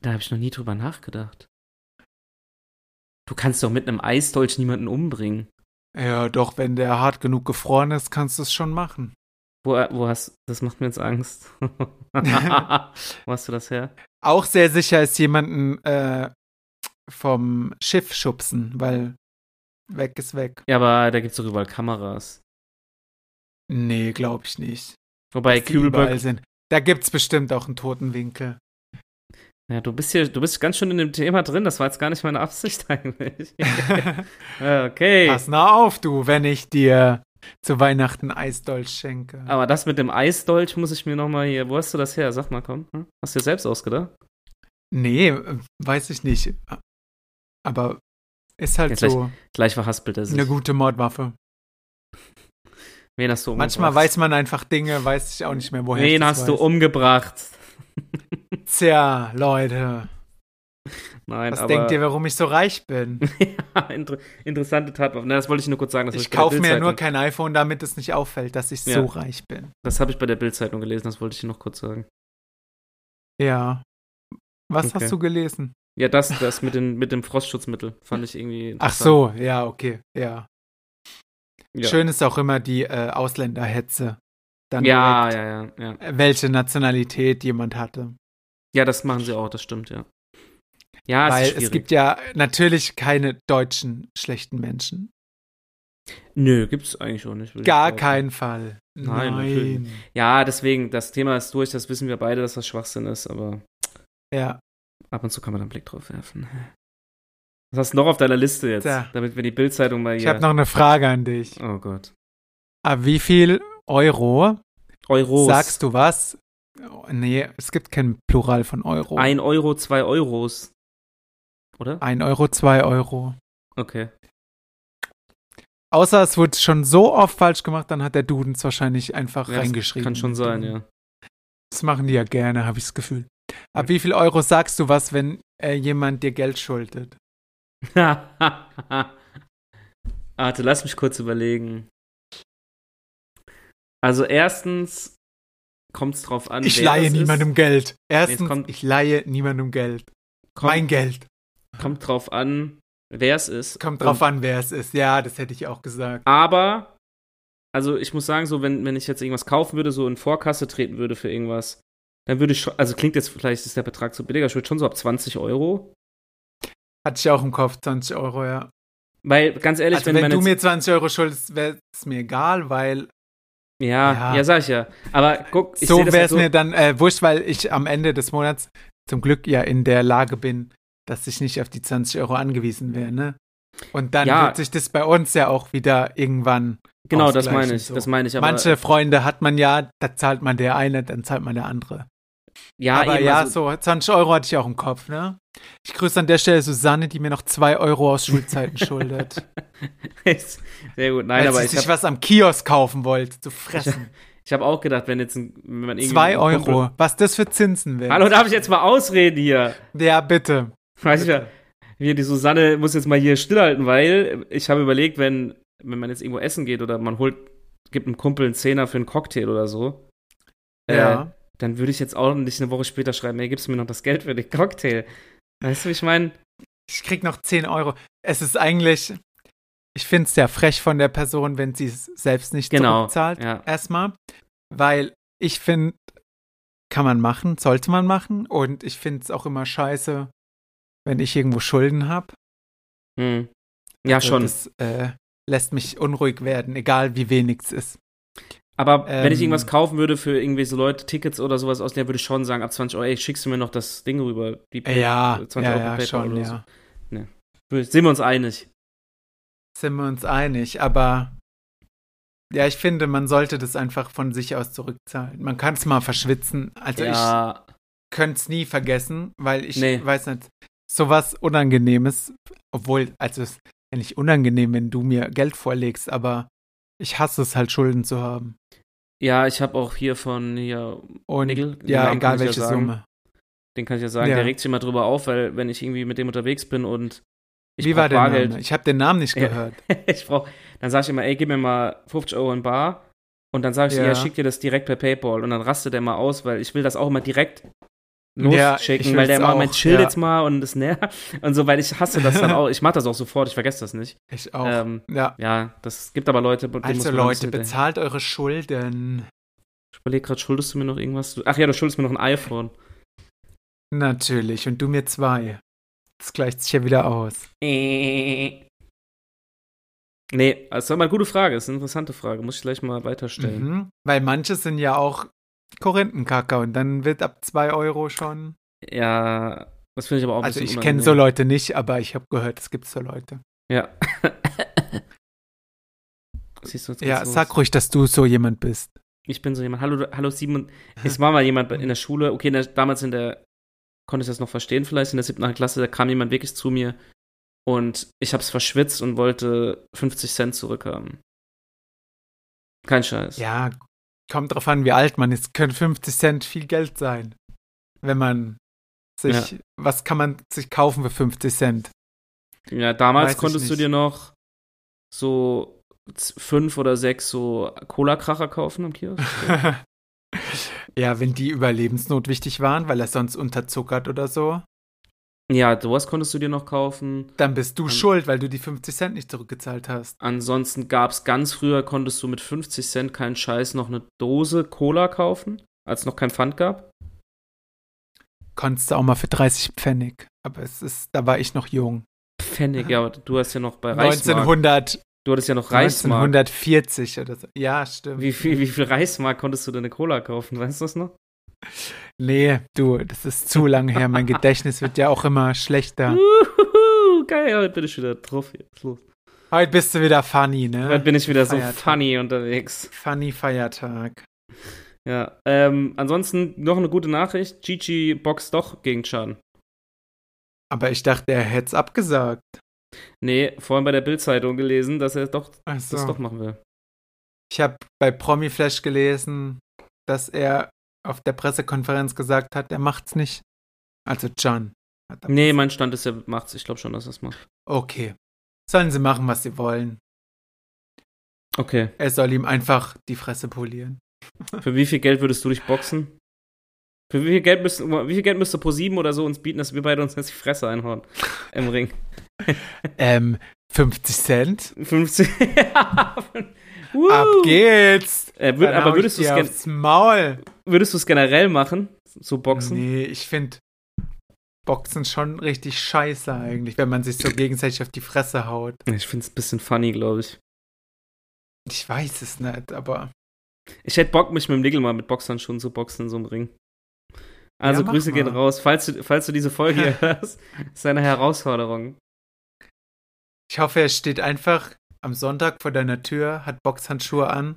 S2: Da habe ich noch nie drüber nachgedacht. Du kannst doch mit einem Eisdolch niemanden umbringen.
S1: Ja, doch, wenn der hart genug gefroren ist, kannst du es schon machen.
S2: Wo, äh, wo hast. Das macht mir jetzt Angst. wo hast du das her?
S1: Auch sehr sicher ist jemanden äh, vom Schiff schubsen, weil weg ist weg.
S2: Ja, aber da gibt's doch überall Kameras.
S1: Nee, glaube ich nicht.
S2: Wobei
S1: dass die überall
S2: Kübelberg
S1: sind. Da gibt's bestimmt auch einen toten Winkel.
S2: Ja, du bist hier, du bist ganz schön in dem Thema drin. Das war jetzt gar nicht meine Absicht eigentlich. Ja, okay.
S1: Pass na auf, du, wenn ich dir zu Weihnachten Eisdolch schenke.
S2: Aber das mit dem Eisdolch muss ich mir nochmal hier. Wo hast du das her? Sag mal, komm. Hm? Hast du dir selbst ausgedacht?
S1: Nee, äh, weiß ich nicht. Aber ist halt
S2: Jetzt
S1: so
S2: Gleich verhaspelt er sich.
S1: eine gute Mordwaffe.
S2: Wen hast du umgebracht?
S1: Manchmal weiß man einfach Dinge, weiß ich auch nicht mehr, woher ich
S2: Wen
S1: das
S2: hast du um-
S1: weiß.
S2: umgebracht?
S1: Tja, Leute,
S2: Nein,
S1: was
S2: aber.
S1: denkt ihr, warum ich so reich bin?
S2: ja, inter interessante Tatwaffe. Na, das wollte ich nur kurz sagen. Das hab
S1: Also Ich
S2: bei der
S1: kaufe mir ja
S2: Bildzeitung-
S1: nur kein iPhone, damit es nicht auffällt, dass ich
S2: Ja.
S1: so reich bin.
S2: Das habe ich bei der Bildzeitung gelesen. Das wollte ich dir noch kurz sagen.
S1: Ja. Was
S2: Okay.
S1: hast du gelesen?
S2: Ja, das, das mit, den, mit dem Frostschutzmittel fand ich irgendwie.
S1: Ach
S2: interessant.
S1: so, ja, okay, ja.
S2: Ja.
S1: Schön ist auch immer die äh, Ausländerhetze. Dann
S2: Ja,
S1: direkt,
S2: ja, ja, ja.
S1: äh, welche Nationalität jemand hatte.
S2: Ja, das machen sie auch, das stimmt, ja.
S1: Weil
S2: Ja, es Ah, ist
S1: es
S2: schwierig.
S1: gibt ja natürlich keine deutschen schlechten Menschen.
S2: Nö, gibt's eigentlich auch nicht. würde ich
S1: Gar
S2: behaupten.
S1: keinen Fall.
S2: Nein, natürlich Ja, deswegen, das Thema ist durch, das wissen wir beide, dass das Schwachsinn ist, aber
S1: Ja,
S2: ab und zu kann man da einen Blick drauf werfen. Was hast du noch auf deiner Liste jetzt?
S1: Tja.
S2: Damit wir die Bildzeitung mal
S1: ich
S2: hier.
S1: habe noch eine Frage an dich.
S2: oh Gott.
S1: Ab wie viel Euro
S2: Euros.
S1: sagst du was? Oh, nee, es gibt kein Plural von Euro.
S2: Ein Euro, zwei Euros. Oder?
S1: Ein Euro, zwei Euro.
S2: Okay.
S1: Außer es wurde schon so oft falsch gemacht, dann hat der Duden es wahrscheinlich einfach
S2: Ja, das
S1: reingeschrieben.
S2: Kann schon sein, ja.
S1: Das machen die ja gerne, habe ich das Gefühl. Ab wie viel Euro sagst du was, wenn äh, jemand dir Geld schuldet?
S2: Warte, lass mich kurz überlegen. Also erstens kommt's drauf an.
S1: Ich
S2: wer
S1: leihe
S2: es ist.
S1: niemandem Geld. Erstens,
S2: kommt-
S1: ich leihe niemandem Geld.
S2: Kommt,
S1: Mein Geld.
S2: kommt drauf an, wer es ist.
S1: Kommt drauf an, wer es ist. Ja, das hätte ich auch gesagt.
S2: Aber, also ich muss sagen, so, wenn, wenn ich jetzt irgendwas kaufen würde, so in Vorkasse treten würde für irgendwas, dann würde ich schon, also klingt jetzt vielleicht ist der Betrag so billiger, ich würde schon so ab 20 Euro.
S1: Hatte ich auch im Kopf, 20 Euro, ja.
S2: Weil, ganz ehrlich,
S1: also, wenn, wenn du mir 20 Euro schuldest, wäre es mir egal, weil
S2: Ja, ja,
S1: Ja.
S2: sag ich ja. Aber guck, ich
S1: so
S2: seh das
S1: wäre
S2: halt
S1: es mir dann äh, wurscht, weil ich am Ende des Monats zum Glück ja in der Lage bin, dass ich nicht auf die 20 Euro angewiesen wäre, ne? Und dann
S2: Ja.
S1: wird sich das bei uns ja auch wieder irgendwann.
S2: Genau, das
S1: ausgleichen,
S2: meine ich,
S1: so.
S2: das meine ich. Aber,
S1: Manche Freunde hat man ja, da zahlt man der eine, dann zahlt man der andere.
S2: ja,
S1: Aber
S2: eben,
S1: ja,
S2: also,
S1: so 20 Euro hatte ich auch im Kopf, ne? Ich grüße an der Stelle Susanne, die mir noch 2 Euro aus Schulzeiten schuldet.
S2: Sehr gut, nein,
S1: Nein,
S2: aber
S1: weil ich
S2: ich
S1: sich
S2: habe
S1: was am Kiosk kaufen wollte, zu fressen.
S2: ich hab auch gedacht, wenn jetzt ein, wenn man irgendwie.
S1: 2
S2: einen Kumpel-
S1: Euro, was das für Zinsen wären.
S2: Hallo, darf ich jetzt mal ausreden hier?
S1: Ja, bitte.
S2: Weiß ich ja. Hier, die Susanne muss jetzt mal hier stillhalten, weil ich habe überlegt, wenn, wenn man jetzt irgendwo essen geht oder man holt, gibt einem Kumpel einen Zehner für einen Cocktail oder so, äh,
S1: ja.
S2: dann würde ich jetzt auch nicht eine Woche später schreiben, ey, gibst du mir noch das Geld für den Cocktail? Weißt du, wie ich meine?
S1: ich krieg noch 10 Euro. Es ist eigentlich, ich finde es ja frech von der Person, wenn sie es selbst nicht
S2: Genau,
S1: zurückzahlt.
S2: ja.
S1: Erstmal, weil ich finde, kann man machen, sollte man machen. Und ich finde es auch immer scheiße, wenn ich irgendwo Schulden habe.
S2: Hm. Ja, schon.
S1: Das äh, lässt mich unruhig werden, egal wie wenig es ist.
S2: Aber wenn ich
S1: ähm,
S2: irgendwas kaufen würde für irgendwie so Leute, Tickets oder sowas aus, der würde ich schon sagen, ab 20 Euro, ey, schickst du mir noch das Ding rüber? Die
S1: Ja,
S2: 20
S1: ja,
S2: Euro
S1: ja,
S2: PayPal
S1: schon,
S2: oder
S1: ja.
S2: so. Sind wir uns einig?
S1: Sind wir uns einig, aber ja, ich finde, man sollte das einfach von sich aus zurückzahlen. Man kann es mal verschwitzen. Also ich
S2: ja.
S1: könnte es nie vergessen, weil ich
S2: Nee.
S1: weiß nicht, sowas Unangenehmes, obwohl, also es ist ja nicht unangenehm, wenn du mir Geld vorlegst, aber ich hasse es halt, Schulden zu haben.
S2: ja, ich habe auch hier von hier
S1: Und
S2: Nickel? Den
S1: ja,
S2: Namen kann
S1: egal
S2: ich ja
S1: welche
S2: sagen.
S1: Summe.
S2: Den kann ich ja sagen,
S1: Ja.
S2: der regt sich immer drüber auf, weil wenn ich irgendwie mit dem unterwegs bin und ich
S1: Wie
S2: brauch
S1: war der
S2: Bargeld,
S1: Name? Ich habe den Namen nicht
S2: Ja.
S1: gehört.
S2: ich brauch, dann sage ich immer, ey, gib mir mal 50 Euro in Bar und dann sage ich, ja.
S1: Ja.
S2: ja, schick dir das direkt per PayPal und dann rastet der mal aus, weil ich will das auch immer direkt
S1: Ja,
S2: losschicken,
S1: ich
S2: weil der
S1: will's
S2: immer meint,
S1: auch,
S2: chill
S1: ja.
S2: jetzt mal und das nervt und so, weil ich hasse das dann auch, ich mache das auch sofort, ich vergesse das nicht.
S1: Ich auch.
S2: Ähm,
S1: ja.
S2: ja, das gibt aber Leute, bei denen muss
S1: Also
S2: man
S1: Leute,
S2: das nicht-
S1: bezahlt eure Schulden.
S2: Ich überlege gerade, schuldest du mir noch irgendwas? Ach ja, du schuldest mir noch ein iPhone.
S1: Natürlich. Und du mir zwei. Das gleicht sich ja wieder aus.
S2: Nee, das war mal eine gute Frage, das ist eine interessante Frage, muss ich gleich mal weiterstellen.
S1: Mhm. Weil manche sind ja auch Korinthenkacker und dann wird ab zwei Euro schon.
S2: Ja, das finde ich aber auch ein
S1: Also
S2: bisschen
S1: ich kenne so Leute nicht, aber ich habe gehört, es gibt so Leute.
S2: Ja. Siehst du jetzt
S1: Ja,
S2: geht's los.
S1: sag ruhig, dass du so jemand bist.
S2: Ich bin so jemand. Hallo, du- hallo Simon. Es war mal jemand in der Schule. Okay, in der, damals in der konnte ich das noch verstehen vielleicht in der siebten achten Klasse. Da kam jemand wirklich zu mir und ich habe es verschwitzt und wollte 50 Cent zurückhaben. Kein Scheiß.
S1: Ja, kommt drauf an, wie alt man ist. Können 50 Cent viel Geld sein, wenn man sich, was kann man sich kaufen für 50 Cent?
S2: Ja, damals
S1: Weiß ich
S2: konntest du
S1: nicht.
S2: dir noch so z- fünf oder sechs so Cola-Kracher kaufen am Kiosk.
S1: ja, wenn die überlebensnotwichtig waren, weil er sonst unterzuckert oder so,
S2: ja, sowas konntest du dir noch kaufen.
S1: dann bist du
S2: Ähm.
S1: schuld, weil du die 50 Cent nicht zurückgezahlt hast.
S2: Ansonsten gab es ganz früher, konntest du mit 50 Cent keinen Scheiß noch eine Dose Cola kaufen, als es noch kein Pfand gab.
S1: Konntest du auch mal für 30 Pfennig. Aber es ist, da war ich noch jung.
S2: Pfennig, ja, aber du hast ja noch bei Reichsmark.
S1: 1900,
S2: Du hattest ja noch Reichsmark.
S1: 1940 oder so. Ja, stimmt.
S2: Wie viel, wie viel Reichsmark konntest du denn eine Cola kaufen? Weißt du das noch?
S1: Nee, du, das ist zu lang her. Mein Gedächtnis wird ja auch immer schlechter.
S2: Uhuhu, geil, heute bin ich wieder drauf. Jetzt los.
S1: Heute bist du wieder funny,
S2: Heute
S1: ne?
S2: bin ich wieder so
S1: Feiertag.
S2: funny unterwegs.
S1: Funny Feiertag.
S2: Ja. Ähm, ansonsten noch eine gute Nachricht. Gigi boxt doch gegen Chan.
S1: Aber ich dachte, er hätte es abgesagt.
S2: Nee, vorhin bei der Bild-Zeitung gelesen, dass er doch, das
S1: Also,
S2: doch machen will.
S1: ich habe bei Promiflash gelesen, dass er auf der Pressekonferenz gesagt hat, er macht's nicht. Also John. Hat abgesagt.
S2: Nee, mein Stand ist, er macht's. Ich glaube schon, dass er es macht.
S1: Okay. Sollen sie machen, was sie wollen.
S2: Okay.
S1: Er soll ihm einfach die Fresse polieren.
S2: Für wie viel Geld würdest du dich boxen? Für wie viel Geld müsste, wie viel Geld müsste Pro7 oder so uns bieten, dass wir beide uns jetzt die Fresse einhauen im Ring?
S1: ähm, 50 Cent.
S2: 50. ja. Wuhu.
S1: Ab geht's.
S2: Äh, wür,
S1: Dann hau ich
S2: aber würdest du
S1: dir
S2: es gen
S1: aufs Maul.
S2: würdest du's generell machen? So Boxen?
S1: Nee, ich finde Boxen schon richtig scheiße eigentlich, wenn man sich so gegenseitig auf die Fresse haut.
S2: Ich finde es ein bisschen funny, glaube ich.
S1: Ich weiß es nicht, aber
S2: Ich hätte Bock, mich mit dem Nickel mal mit Boxern schon zu boxen in so einem Ring. Also
S1: mach
S2: Grüße gehen
S1: mal.
S2: raus. Falls du, falls du diese Folge hier hörst, ist eine Herausforderung.
S1: ich hoffe, er steht einfach am Sonntag vor deiner Tür, hat Boxhandschuhe an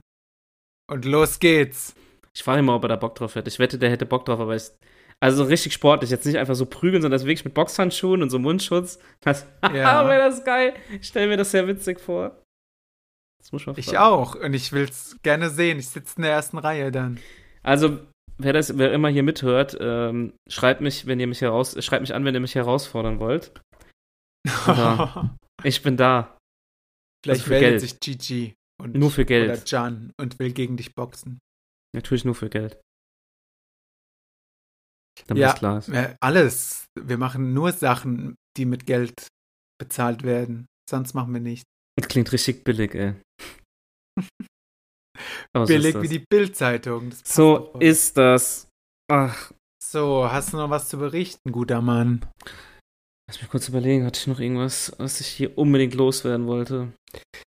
S1: und los geht's.
S2: Ich frage ihn mal, ob er da Bock drauf hätte. Ich wette, der hätte Bock drauf, aber ist also richtig sportlich. Jetzt nicht einfach so prügeln, sondern das wirklich mit Boxhandschuhen und so Mundschutz. Das
S1: Ja.
S2: wäre das geil. Ich stelle mir das sehr witzig vor. Das muss man
S1: Ich auch und ich will's gerne sehen. Ich sitze in der ersten Reihe dann.
S2: Also, wer, das, wer immer hier mithört, ähm, schreibt mich, wenn ihr mich heraus, schreibt mich an, wenn ihr mich herausfordern wollt. Ja. Ich bin da.
S1: Vielleicht
S2: für
S1: meldet
S2: Geld.
S1: sich Gigi und
S2: Nur für Geld.
S1: oder Jan und will gegen dich boxen.
S2: Natürlich nur für Geld. Damit
S1: Ja.
S2: das klar ist.
S1: Äh, Alles. Wir machen nur Sachen, die mit Geld bezahlt werden. Sonst machen wir nichts.
S2: Das klingt richtig billig, ey. Aber so ist
S1: Billig
S2: das.
S1: wie die Bild-Zeitung. Das passt doch
S2: So
S1: voll.
S2: ist das. Ach,
S1: So, hast du noch was zu berichten, guter Mann?
S2: lass mich kurz überlegen, hatte ich noch irgendwas, was ich hier unbedingt loswerden wollte?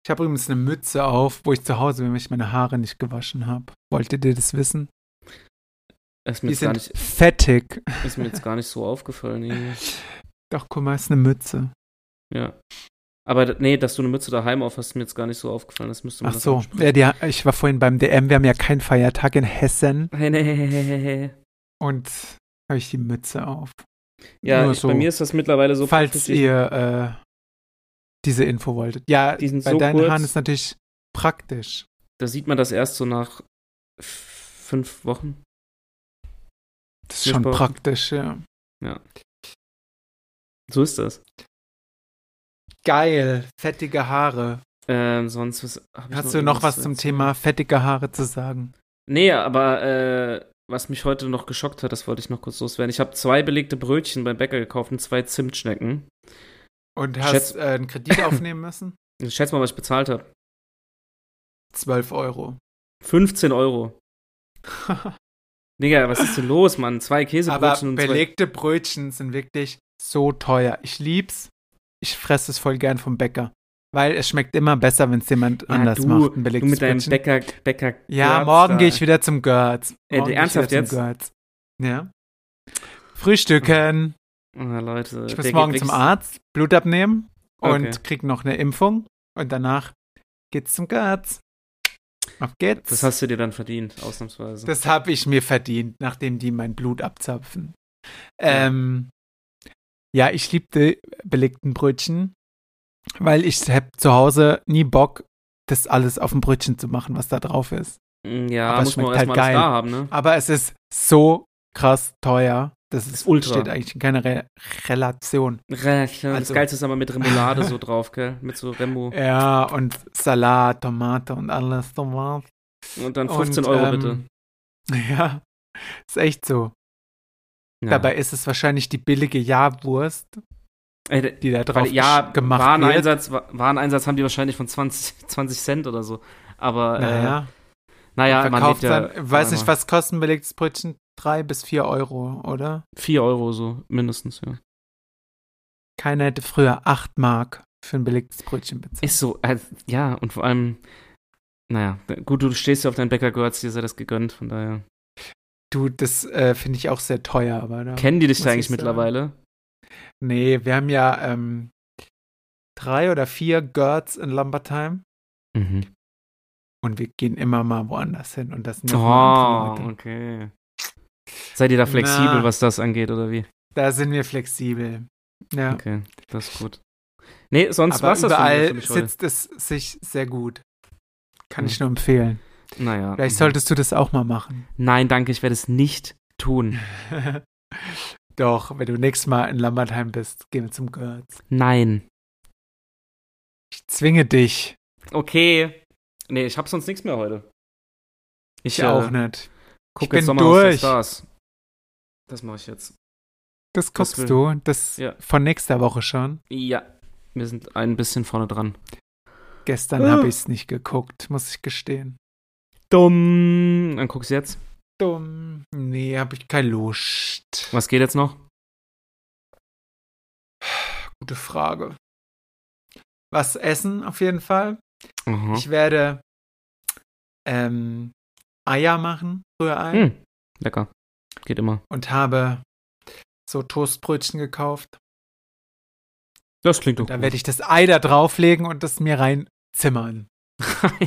S1: Ich habe übrigens eine Mütze auf, wo ich zu Hause bin, wenn ich meine Haare nicht gewaschen habe. Wolltet ihr das wissen?
S2: Ist mir,
S1: Die
S2: jetzt gar
S1: sind
S2: nicht,
S1: fettig.
S2: ist mir jetzt gar nicht so aufgefallen. Irgendwie.
S1: Doch, guck mal, ist eine Mütze.
S2: Ja. Aber d- nee, dass du eine Mütze daheim auf hast, ist mir jetzt gar nicht so aufgefallen. Das müsste man
S1: Ach
S2: das
S1: so,
S2: ansprechen.
S1: ja, die, ich war vorhin beim DM, wir haben ja keinen Feiertag in Hessen
S2: Hey, nee, hey, hey, hey, hey.
S1: und habe ich die Mütze auf.
S2: Ja,
S1: Nur
S2: ich, bei mir ist das mittlerweile so.
S1: falls
S2: praktisch,
S1: ihr äh, diese Info wolltet. Ja,
S2: Die sind
S1: bei
S2: so
S1: deinen
S2: kurz.
S1: Haaren ist natürlich praktisch.
S2: Da sieht man das erst so nach f- fünf Wochen.
S1: Das ist schon
S2: Nicht behaupten.
S1: praktisch, ja.
S2: So ist das.
S1: Geil, fettige Haare.
S2: Ähm, sonst was. hab ich
S1: Hast du noch
S2: irgendwas
S1: was zum
S2: zu-
S1: Thema fettige Haare zu sagen?
S2: Nee, aber äh, was mich heute noch geschockt hat, das wollte ich noch kurz loswerden. Ich habe zwei belegte Brötchen beim Bäcker gekauft und zwei Zimtschnecken.
S1: Und
S2: Schätz-
S1: hast äh, einen Kredit aufnehmen müssen?
S2: Ich schätze mal, was ich bezahlt habe.
S1: 12 Euro.
S2: 15 Euro. Digga, was ist denn los, Mann? Zwei
S1: Aber
S2: Käsebrötchen und zwei.
S1: belegte Brötchen sind wirklich so teuer. Ich lieb's. Ich fresse es voll gern vom Bäcker. Weil es schmeckt immer besser, wenn es jemand anders
S2: du-
S1: macht. Ein
S2: Du
S1: belegtes
S2: mit deinem
S1: Brötchen.
S2: Bäcker, Bäcker.
S1: Ja,
S2: Gerz
S1: morgen
S2: da.
S1: gehe ich wieder zum Görz.
S2: Äh,
S1: Morgen geh ich
S2: ernsthaft
S1: wieder
S2: jetzt?
S1: Zum Görz. Ja. Frühstücken.
S2: Ah,
S1: Ich
S2: Leute, der
S1: muss
S2: geht
S1: morgen zum
S2: wirklich-
S1: Arzt, Blut abnehmen und
S2: Okay.
S1: krieg noch eine Impfung. Und danach geht's zum Görz. Auf geht's.
S2: Das hast du dir dann verdient, ausnahmsweise.
S1: Das habe ich mir verdient, nachdem die mein Blut abzapfen. Ähm, ja, ich liebte belegten Brötchen, weil ich hab zu Hause nie Bock, das alles auf dem Brötchen zu machen, was da drauf ist.
S2: Mm, ja,
S1: aber es
S2: muss man auch
S1: schmeckt halt
S2: erstmal alles
S1: geil.
S2: da haben, ne?
S1: Aber es ist so krass teuer, das
S2: Ist
S1: ist
S2: ultra.
S1: steht eigentlich in keiner Re Relation.
S2: Ja, klar. das
S1: Also-
S2: Geilste ist aber mit Remoulade so drauf, gell? Mit so Remo.
S1: Ja, und Salat, Tomate und alles Tomate.
S2: Und dann 15
S1: und,
S2: Euro
S1: ähm,
S2: bitte.
S1: Ja, ist echt so.
S2: Ja.
S1: Dabei ist es wahrscheinlich die billige Jahrwurst,
S2: Ey, der-
S1: die da drauf
S2: weil, ja,
S1: gesch- gemacht wird.
S2: Wareneinsatz, Wa- Wareneinsatz haben die wahrscheinlich von 20, 20 Cent oder so. Aber
S1: Naja.
S2: äh, naja man lebt
S1: verkauft
S2: äh, ja.
S1: dann, weiß nicht,
S2: einmal
S1: was kosten belegtes Brötchen? Drei bis vier Euro, oder?
S2: 4 Euro so, mindestens, ja.
S1: Keiner hätte früher acht Mark für ein belegtes Brötchen bezahlt.
S2: Ist so, äh, ja, und vor allem, naja, gut, du stehst ja auf deinen Bäcker Girls, dir sei das gegönnt, von daher.
S1: Du, das äh, finde ich auch sehr teuer, aber da.
S2: Kennen die dich
S1: muss
S2: da
S1: ich
S2: eigentlich
S1: sagen.
S2: mittlerweile?
S1: Nee, wir haben ja ähm, drei oder vier Girls in Lambertheim
S2: Mhm.
S1: und wir gehen immer mal woanders hin und das sind jetzt mal
S2: Oh,
S1: andere Leute.
S2: okay. Seid ihr da flexibel,
S1: Na.
S2: was das angeht, oder wie?
S1: Da sind wir flexibel. Ja.
S2: Okay, das ist gut. Nee, sonst
S1: Aber
S2: war's das von mir für
S1: überall
S2: mich heute.
S1: sitzt es sich sehr gut. Kann
S2: Mhm.
S1: ich nur empfehlen.
S2: Naja.
S1: Vielleicht
S2: mhm.
S1: solltest du das auch mal machen.
S2: Nein, danke, ich werde es nicht tun.
S1: Doch, wenn du nächstes Mal in Lambertheim bist, gehen wir zum Götz.
S2: Nein.
S1: Ich zwinge dich.
S2: Okay. Nee, ich habe sonst nichts mehr heute. Ich,
S1: Ich
S2: äh,
S1: auch nicht.
S2: Guck
S1: bin
S2: jetzt Sommerhaus der
S1: durch.
S2: Stars. Das mache ich jetzt.
S1: Das
S2: das
S1: guckst
S2: will-
S1: du. Das
S2: Ja.
S1: von nächster Woche schon.
S2: Ja. Wir sind ein bisschen vorne dran.
S1: Gestern
S2: Ah.
S1: habe ich es nicht geguckt, muss ich gestehen.
S2: Dumm. Dann guckst du jetzt.
S1: Dumm. Nee, habe ich keine Lust.
S2: Was geht jetzt noch?
S1: Gute Frage. Was essen auf jeden Fall.
S2: Mhm.
S1: Ich werde ähm, Eier machen, Rührei,
S2: Hm, lecker. Geht immer.
S1: und habe so Toastbrötchen gekauft.
S2: Das klingt doch
S1: Da
S2: gut.
S1: werde ich das Ei da drauflegen und das mir reinzimmern.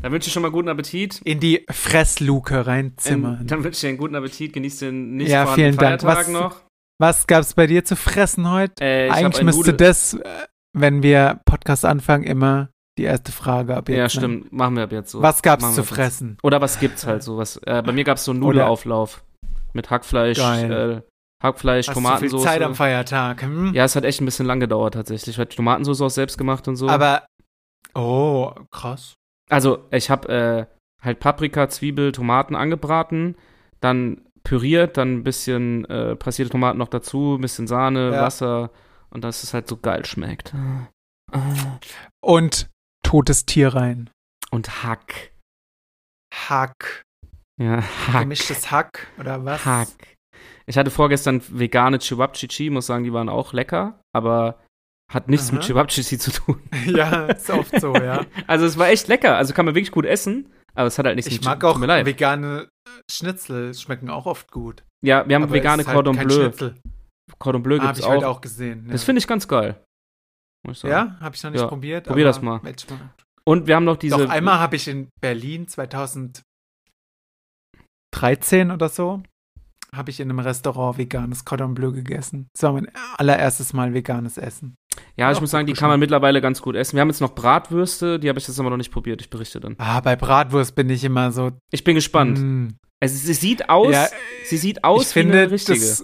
S2: dann wünsche ich schon mal guten Appetit.
S1: In die Fressluke reinzimmern.
S2: Ähm, dann wünsche ich dir einen guten Appetit. Genieß den nicht
S1: Ja,
S2: vorhandenen
S1: vielen Dank.
S2: Feiertag
S1: Was-
S2: noch.
S1: Was gab's bei dir zu fressen heute?
S2: Äh, ich hab
S1: Eigentlich
S2: ein
S1: müsste
S2: Nudel-
S1: das, äh, wenn wir Podcast anfangen, immer die erste Frage ab jetzt.
S2: Ja,
S1: ne?
S2: stimmt. Machen wir ab jetzt so.
S1: Was gab's
S2: Machen
S1: zu
S2: wir ab jetzt.
S1: fressen?
S2: Oder was gibt's halt sowas? Äh, bei mir gab's so einen
S1: Oder-
S2: Nudelauflauf mit Hackfleisch, äh,
S1: Geil.
S2: Hackfleisch,
S1: Hast du viel
S2: Tomatensoße.
S1: Zeit am Feiertag? Hm?
S2: ja, es hat echt ein bisschen lang gedauert tatsächlich. Ich habe Tomatensoße auch selbst gemacht und so.
S1: Aber, oh, krass.
S2: also, ich habe äh, halt Paprika, Zwiebel, Tomaten angebraten, dann püriert, dann ein bisschen äh, passierte Tomaten noch dazu, ein bisschen Sahne,
S1: Ja.
S2: Wasser und dass es halt so geil schmeckt.
S1: Und totes Tier rein.
S2: Und Hack.
S1: Hack.
S2: Ja, Hack.
S1: Gemischtes Hack oder was?
S2: Hack. Ich hatte vorgestern vegane Chewabchichi, muss sagen, die waren auch lecker, aber hat nichts
S1: Aha.
S2: mit Chewabchichi zu tun.
S1: Ja, ist oft so, ja.
S2: Also es war echt lecker, also kann man wirklich gut essen, aber es hat halt nichts
S1: Ich
S2: mit
S1: mag
S2: tut
S1: auch
S2: mir leid.
S1: vegane äh, Schnitzel, schmecken auch oft gut.
S2: Ja, wir haben
S1: Aber
S2: vegane
S1: es ist halt
S2: Cordon
S1: kein
S2: Bleu.
S1: Schnitzel.
S2: Cordon Bleu
S1: Ah,
S2: gibt's
S1: Hab ich
S2: auch.
S1: heute auch gesehen.
S2: Das
S1: ja.
S2: finde ich ganz geil. Muss ich sagen.
S1: ja, habe ich noch nicht
S2: Ja.
S1: probiert.
S2: Probier
S1: aber
S2: das mal.
S1: Mensch, mal.
S2: Und wir haben noch diese
S1: Doch einmal habe ich in Berlin 2013 oder so, habe ich in einem Restaurant veganes Cordon Bleu gegessen. Das war mein allererstes Mal veganes Essen.
S2: Ja, ich
S1: auch
S2: muss sagen, die
S1: gut
S2: kann man mittlerweile ganz gut essen. Wir haben jetzt noch Bratwürste, die habe ich jetzt aber noch nicht probiert, ich berichte dann.
S1: Ah, bei Bratwurst bin ich immer so.
S2: Ich bin gespannt.
S1: mm.
S2: Also sie sieht aus,
S1: Ja,
S2: sie sieht aus
S1: ich
S2: wie
S1: finde,
S2: eine richtige.
S1: das,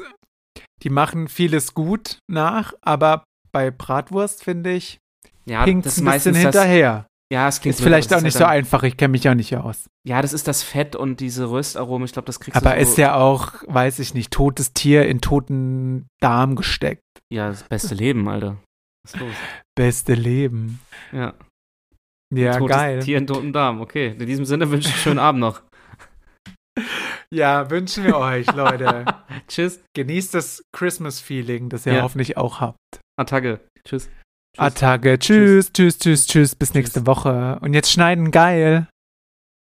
S1: die machen vieles gut nach, aber bei Bratwurst finde ich,
S2: ja,
S1: ja, hinkt
S2: Ah, das
S1: es
S2: ist
S1: ein bisschen
S2: meistens das
S1: hinterher.
S2: Ja, es klingt
S1: ist vielleicht auch
S2: aber das
S1: nicht
S2: ist
S1: so
S2: halt
S1: einfach, ich kenne mich auch nicht aus.
S2: dann- Ja, das ist das Fett und diese Röstaromen. Ich glaube, das kriegst
S1: Aber
S2: du so.
S1: ist ja auch, weiß ich nicht, totes Tier in toten Darm gesteckt.
S2: ja, das beste Leben, Alter. Was ist los?
S1: Beste Leben.
S2: Ja,
S1: Ja,
S2: totes
S1: geil.
S2: Tier in toten Darm. Okay, in diesem Sinne wünsche ich einen schönen Abend noch.
S1: Ja, wünschen wir euch, Leute.
S2: Tschüss.
S1: Genießt das Christmas-Feeling, das ihr
S2: Ja.
S1: hoffentlich auch habt.
S2: Attacke. Tschüss. Tschüss.
S1: Attacke. Tschüss, tschüss, tschüss, tschüss. Bis nächste Woche. Und jetzt schneiden, geil.